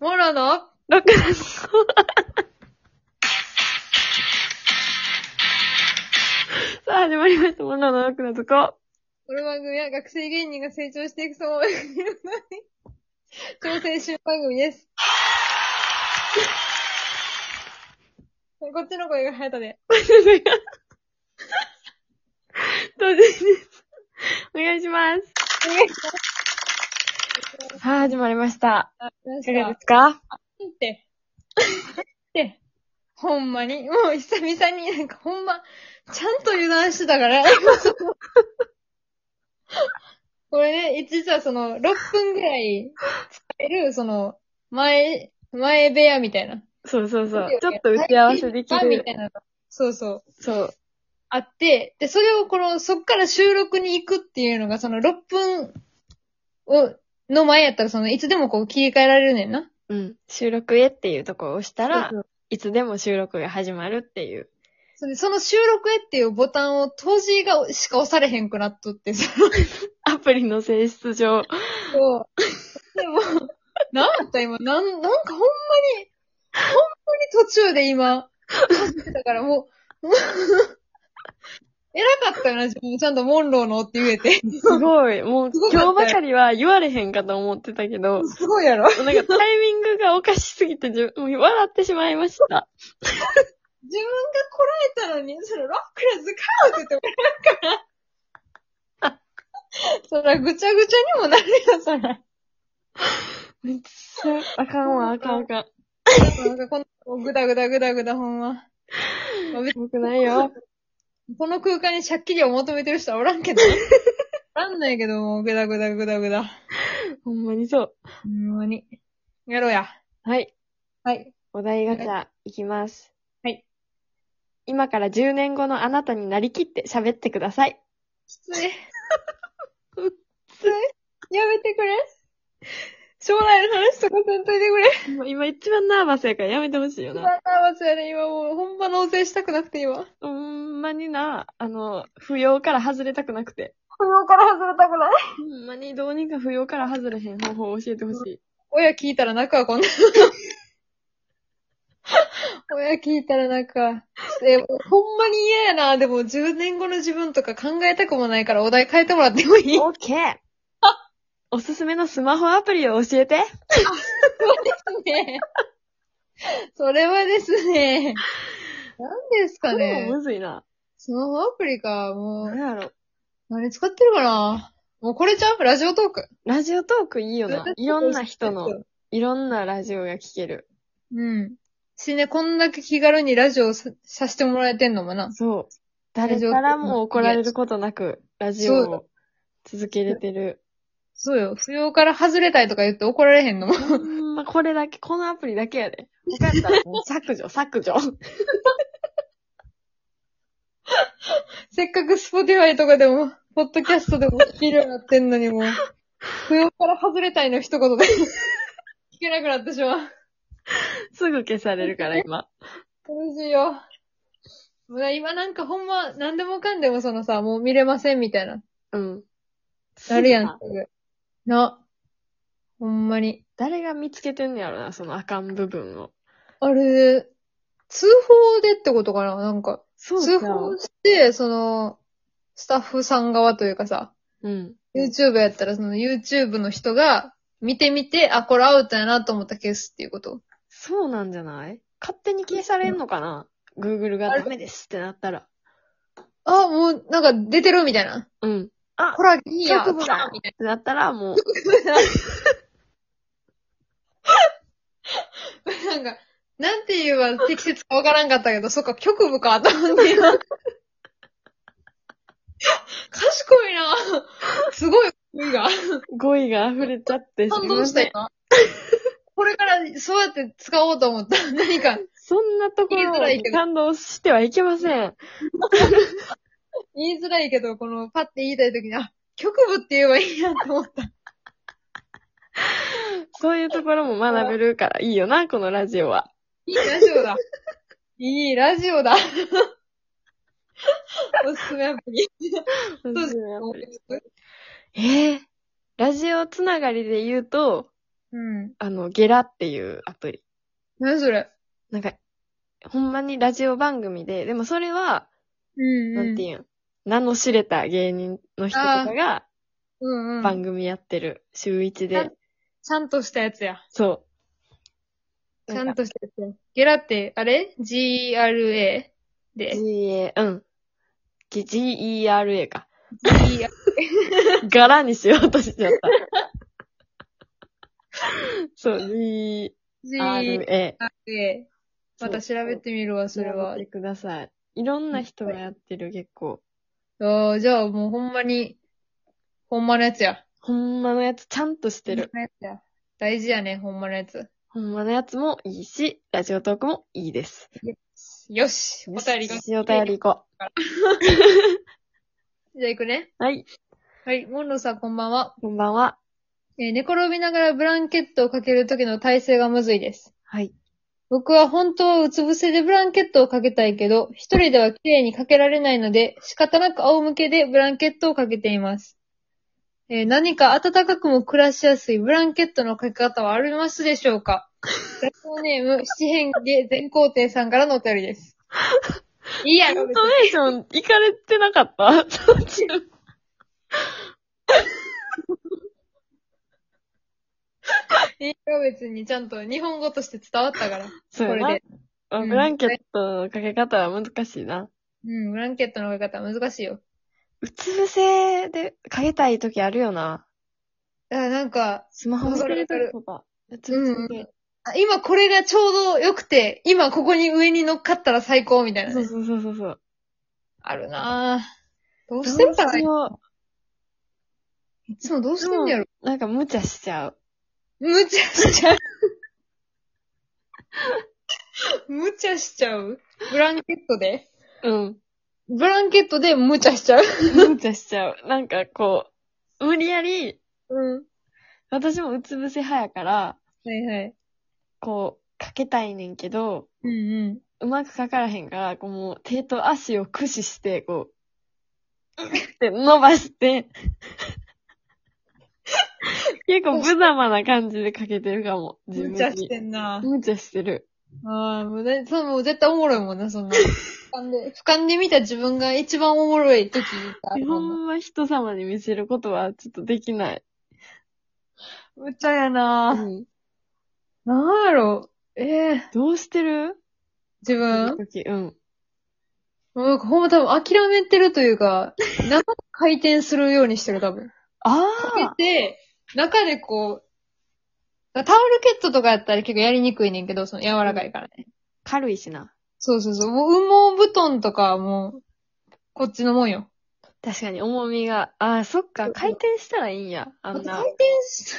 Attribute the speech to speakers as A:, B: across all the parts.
A: モロの
B: 六段の。さあ、始まりました。モロの六のとこ。
A: この番組は学生芸人が成長していく様を描くよう な挑戦集番組です。 こっちの声が早田で。
B: 当然です。お願いします。
A: お願いし
B: さあ、始まりました。
A: ま
B: い
A: す。
B: かがですか
A: って。 って。ほんまに。もう久々になんかほんま、ちゃんと油断してたから。 これね、実はその、6分ぐらい使える、その、前、前部屋みたいな。
B: そうそうそう。ちょっと打ち合わせでき
A: み
B: る
A: た。いなのそうそう。
B: そう。
A: あって、で、それをこの、そっから収録に行くっていうのが、その6分を、の前やったら、その、いつでもこう切り替えられるねんな。
B: うん。収録へっていうとこを押したら
A: そう、
B: いつでも収録が始まるっていう。
A: それでその収録へっていうボタンを当時がしか押されへんくなっとって、その
B: アプリの性質上。
A: そうでも、なんやった今、なん、なんかほんまに、ほんまに途中で今、だからもう、 もう偉かったよな、自分ちゃんとモンローのって言えて。
B: すごい。もう
A: すごかった
B: 今日
A: よ
B: ばかりは言われへんかと思ってたけど、
A: すごいやろ。
B: なんかタイミングがおかしすぎて自分、もう笑ってしまいました。
A: 自分がこらえたのに、そのロックラズカーって言ってもらうから。そら、ぐちゃぐちゃにもなるよ、そら。
B: めっちゃ、あかんわ、あかんあかん。
A: なんかこの、ぐだぐだぐだぐだ、ほんま。まあ別に
B: よくないよ。
A: この空間に借金を求めてる人はおらんけど。おらんないけど、もうぐだぐだぐだぐだ。
B: ほんまにそう。
A: ほんまに。やろうや。
B: はい。
A: はい。
B: お題ガチャ、いきます。
A: はい。
B: 今から10年後のあなたになりきって喋ってください。
A: きつい。きつい。やめてくれ。将来の話とかせんといてくれ。
B: もう今一番ナーバスやからやめてほしいよ
A: 今
B: な。
A: ナーバスやね、今もう、ほんま納税したくなくて今。
B: ほんまにな、あの、扶養から外れたくなくて。
A: 不要から外れたくない。
B: ほんまにどうにか扶養から外れへん方法を教えてほしい。
A: 親聞いたら泣くわ、こんな。 親聞いたら泣くわ。でもほんまに嫌やな。でも10年後の自分とか考えたくもないからお題変えてもらってもいい
B: オッケー おすすめのスマホアプリを教えて。
A: ね。それはですね。何ですか
B: これ
A: ね
B: も。むずいな。
A: スマホアプリか。も
B: なん
A: う、
B: やろ。
A: 何使ってるかな。もうこれちゃうラジオトーク。
B: ラジオトークいいよな。いろんな人の、。いろんなラジオが聞ける。
A: うん。しね、こんだけ気軽にラジオささせてもらえてんのもな。
B: そう。誰からも怒られることなく、ラジオを続けれてる。
A: そうよ。不要から外れたいとか言って怒られへんのも。
B: ほんま、 これだけ、このアプリだけやで。他やったら もう削除、削除。
A: せっかく Spotify とかでも、ポッドキャストでも聞けるようになってんのにもう、不要から外れたいの一言で 聞けなくなってしまう。
B: すぐ消されるから、今。
A: 楽しいよ。もうな今なんかほんま、何でもかんでもそのさ、もう見れませんみたいな。
B: うん。
A: なる やん、す。ぐ。な。ほんまに。
B: 誰が見つけてんのやろな、そのあかん部分を。
A: あれ、通報でってことかななんか。
B: そう
A: 通
B: じゃ
A: 報
B: ん。
A: して、その、スタッフさん側というかさ、
B: うん。
A: YouTube やったらその YouTube の人が見てみて、あ、これアウトやなと思ったケースっていうこと。
B: そうなんじゃない勝手に消されんのかな ?Google がダメですってなったら。
A: あ、もうなんか出てるみたいな。
B: うん。
A: ほら、いいや。
B: 局部だ
A: みたい
B: ってなったら、もう、
A: な。なんか、なんて言えば適切かわからんかったけど、そっか、局部か、と思って。賢いなすごい、意が。
B: 語彙が溢れちゃってす
A: 感
B: い
A: 動
B: ま
A: した
B: せん
A: 今。これから、そうやって使おうと思った。何か、
B: そんなところ
A: 言いづらいけど
B: 感動してはいけません。
A: 言いづらいけど、この、パッて言いたいときに、あ、局部って言えばいいやと思った。
B: そういうところも学べるからいいよな、このラジオは。
A: いいラジオだ。いいラジオだ。おすすめアプリ。
B: え
A: うです
B: ー、ラジオつながりで言うと、
A: うん。
B: あの、ゲラっていうアプリ。
A: 何それ
B: なんか、ほんまにラジオ番組で、でもそれは、
A: うん
B: なんていうん、名の知れた芸人の人とかが
A: うんうん。
B: 番組やってる、週一で。
A: あちゃんとしたやつや。
B: そ
A: ち
B: う。
A: ゃん
B: と。
A: としたやつや。ゲラって、あれ ?GRA で。
B: GA、うん。G- GERA か。
A: GRA。
B: 柄にしようとしちゃった。 そう、GRA。
A: GRA。また調べてみるわ、それ
B: 調
A: は
B: べ。てください。いろんな人がやってる、結構。
A: ああ、じゃあもうほんまに、ほんまのやつや。
B: ほんまのやつ、ちゃんとしてる。
A: ほんまのやつや大事やね、ほんまのやつ。
B: ほんまのやつもいいし、ラジオトークもいいです。
A: よし、お便りが。
B: よしお便り行こ
A: じゃあ行くね。
B: う。はい。
A: はい、モンローさんこんばんは。
B: こんばんは。
A: えー寝転びながらブランケットをかけるときの体勢がむずいです。
B: はい。
A: 僕は本当はうつ伏せでブランケットをかけたいけど、一人では綺麗にかけられないので、仕方なく仰向けでブランケットをかけています。えー何か暖かくも暮らしやすいブランケットのかけ方はありますでしょうか ラジオネーム、七変化全皇帝さんからのお便りです。いいや
B: イ
A: ろ、
B: ン
A: 別
B: ト
A: に
B: ネーション、いかれてなかった 途中
A: いいよ、別に。ちゃんと日本語として伝わったから。
B: そう
A: こ
B: や
A: れ
B: な
A: で。
B: あ
A: うん
B: ブランケットのかけ方は難しいな。
A: うん、ブランケットのかけ方は難しいよ。
B: うつ伏せでかけたい時あるよな。
A: あ、なんか、
B: スマホ見てる時とか。うつ伏せで。
A: あ今これがちょうど良くて、今ここに上に乗っかったら最高みたいな
B: そう
A: ね。
B: そうそうそうそう。
A: あるなぁ。どう
B: ど
A: してん
B: う
A: だ
B: し
A: ろう
B: よ
A: いつもどうしてんのやろ
B: う。なんか無茶しちゃう。
A: 無茶しちゃう。無茶しちゃうブランケットで
B: うん。
A: ブランケットで無茶しちゃう。
B: 無茶しちゃう。なんかこう、無理やり、
A: うん。
B: 私もうつ伏せ派やから、
A: はいはい。
B: こう、かけたいねんけど、
A: うんうん。
B: うまくかからへんから、こうもう手と足を駆使して、こう、って伸ばして、結構無様な感じでかけてるかも、自分
A: 無
B: に。
A: 茶してんな
B: 無茶してる。
A: ああ、もうね、そう、もう絶対おもろいもんな、そんな。俯瞰で、俯瞰で見た自分が一番おもろい時があるも
B: ほ
A: んな。
B: んま人様に見せることはちょっとできない。
A: 無茶やなぁ。
B: うん
A: なんやろう。ええ
B: どうしてる
A: 自分
B: 時々
A: もうなんかほんま多分諦めてるというか、 中で回転するようにしてる多分。
B: あ
A: か
B: あ
A: けて、中でこう、タオルケットとかやったら結構やりにくいねんけど、その柔らかいからね。
B: 軽いしな。
A: そうそうそう。もう羽毛布団とかはもう、こっちのもんよ。
B: 確かに重みが。ああ、そっ
A: そ
B: か、
A: う
B: 回転したらいいんや。あ
A: 回
B: んな、
A: 転し、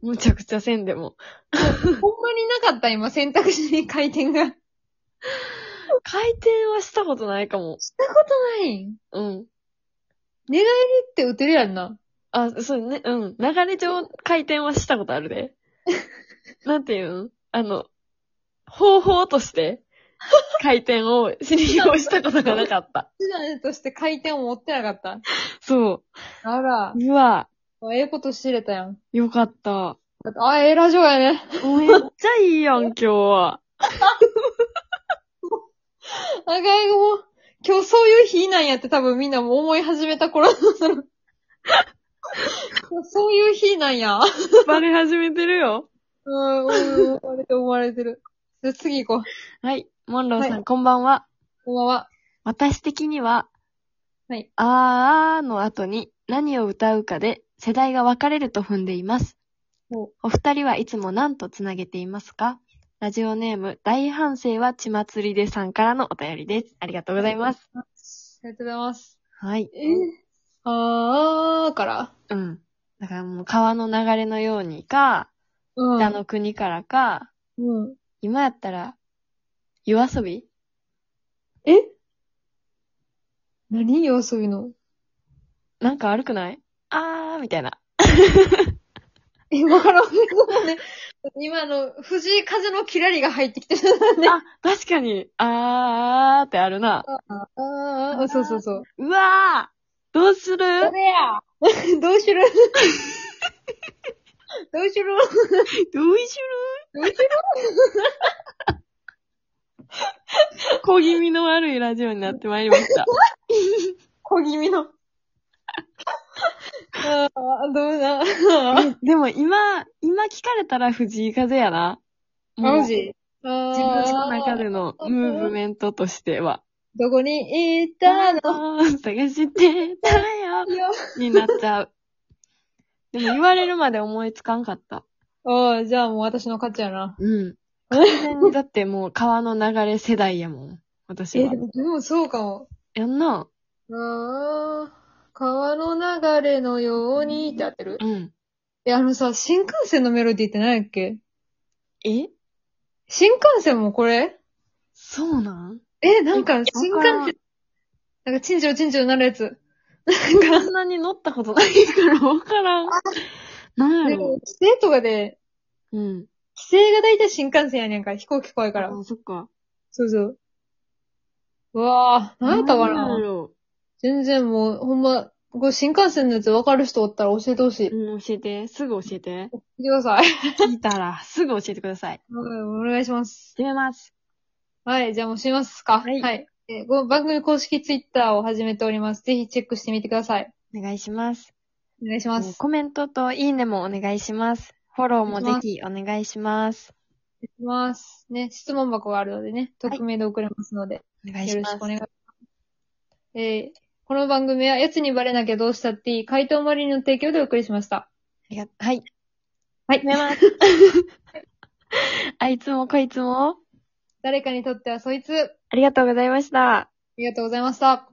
B: むちゃくちゃせんでも。
A: ほんまになかった今選択肢に回転が。
B: 回転はしたことないかも。
A: したことないん
B: うん。
A: 寝返りって打てるやんな。
B: あ、そうね、うん。流れ上回転はしたことある で。なんていうんあの、方法と して、回転を、しに用したことがなかった。
A: 手段として回転を持ってなかった。
B: そ
A: あら、
B: う。うわ、
A: ええこと知れたやん。
B: よかった。
A: あ、ええラジオやね。
B: めっちゃいいやん、今日は。
A: なんかもう、今日そういう日なんやって多分みんなも思い始めた頃のその、今日そういう日なんや。
B: バレ始めてるよ。
A: うん、うん、思われてる思われてる。じゃあ次行こう。
B: はい。モンローさん、
A: は
B: こんばんは。
A: こんばんは。
B: 私的には、
A: はい。
B: あーあーの後に何を歌うかで世代が分かれると踏んでいます。
A: お
B: お二人はいつも何とつなげていますかラジオネーム、大反省は血祭りでさんからのお便りです。ありがとうございます。
A: ありがとうございます。
B: はい。
A: えー、あーから。
B: うん。だからもう川の流れのようにか、
A: うん。
B: 北の国からか、
A: うん。
B: 今やったら、夜遊び
A: え何夜遊びの
B: なんか悪くないあーみたいな。
A: え、わからん。もうね、今あの、藤井風のキラリが入ってきてた ね。
B: あ、確かに、あーってあるな。
A: ああ、そうそうそう。
B: う わーどうする
A: れやどうするどうしろ
B: どういし
A: どうし
B: ろ小気味の悪いラジオになってまいりました。
A: 小気味の。ああ、どうな。
B: えでも今、今聞かれたら藤井風やな。もう
A: マジあ
B: 自分の中
A: ー
B: でのムーブメントとしては。
A: どこに行ったの
B: 探してたよ。
A: よ。
B: になっちゃう。でも言われるまで思いつかんかった。
A: ああ、じゃあもう私の勝ちやな。
B: うん。完全にだってもう川の流れ世代やもん。私
A: え、
B: は
A: で。も自分もそうかも。
B: やんな。
A: ああ、川の流れのようにって合ってる
B: うん。
A: え、あのさ、新幹線のメロディーって何やっけ
B: え
A: 新幹線もこれ
B: そうなん
A: え、なんか
B: え
A: 新
B: わ
A: 幹
B: からん
A: 線、なんかチンチロチンチロなるやつ。
B: そんなに乗ったことないからわからん。なんや
A: で
B: ろ
A: も、帰省とかで、
B: う。うん。
A: 帰省が大体新幹線やねんから、飛行機怖いから。
B: あ、そっか。
A: そうそう。うわぁ、何やったか
B: ん
A: な
B: やろ
A: 全然もう、ほんま、これ新幹線のやつ分かる人おったら教えてほしい。
B: ううん、教えて。すぐ教えて。
A: 見てください。
B: 聞いたら、すぐ教えてください。
A: はい、お願いします。
B: 始めます。
A: はい、じゃあもう閉めますか。
B: はい
A: はいえーご番組公式ツイッターを始めております。ぜひチェックしてみてください。
B: お願いします。
A: お願いしま
B: えー
A: す。
B: コメントといいねもお願いします。フォローもぜひお願いします。
A: いきます。ね、質問箱があるのでね、
B: い
A: 匿名で送れますので、
B: お願い
A: よ
B: し
A: ろ
B: ま
A: し
B: す。
A: くお願いします。えーこの番組は、やつにバレなきゃどうしたっていい、回答マリンの提供でお送りしました。
B: ありがはい。
A: はい
B: 始。め ます。あいつもこいつも、
A: 誰かにとってはそいつ、あ
B: ありがとうございました。
A: りがとうございました。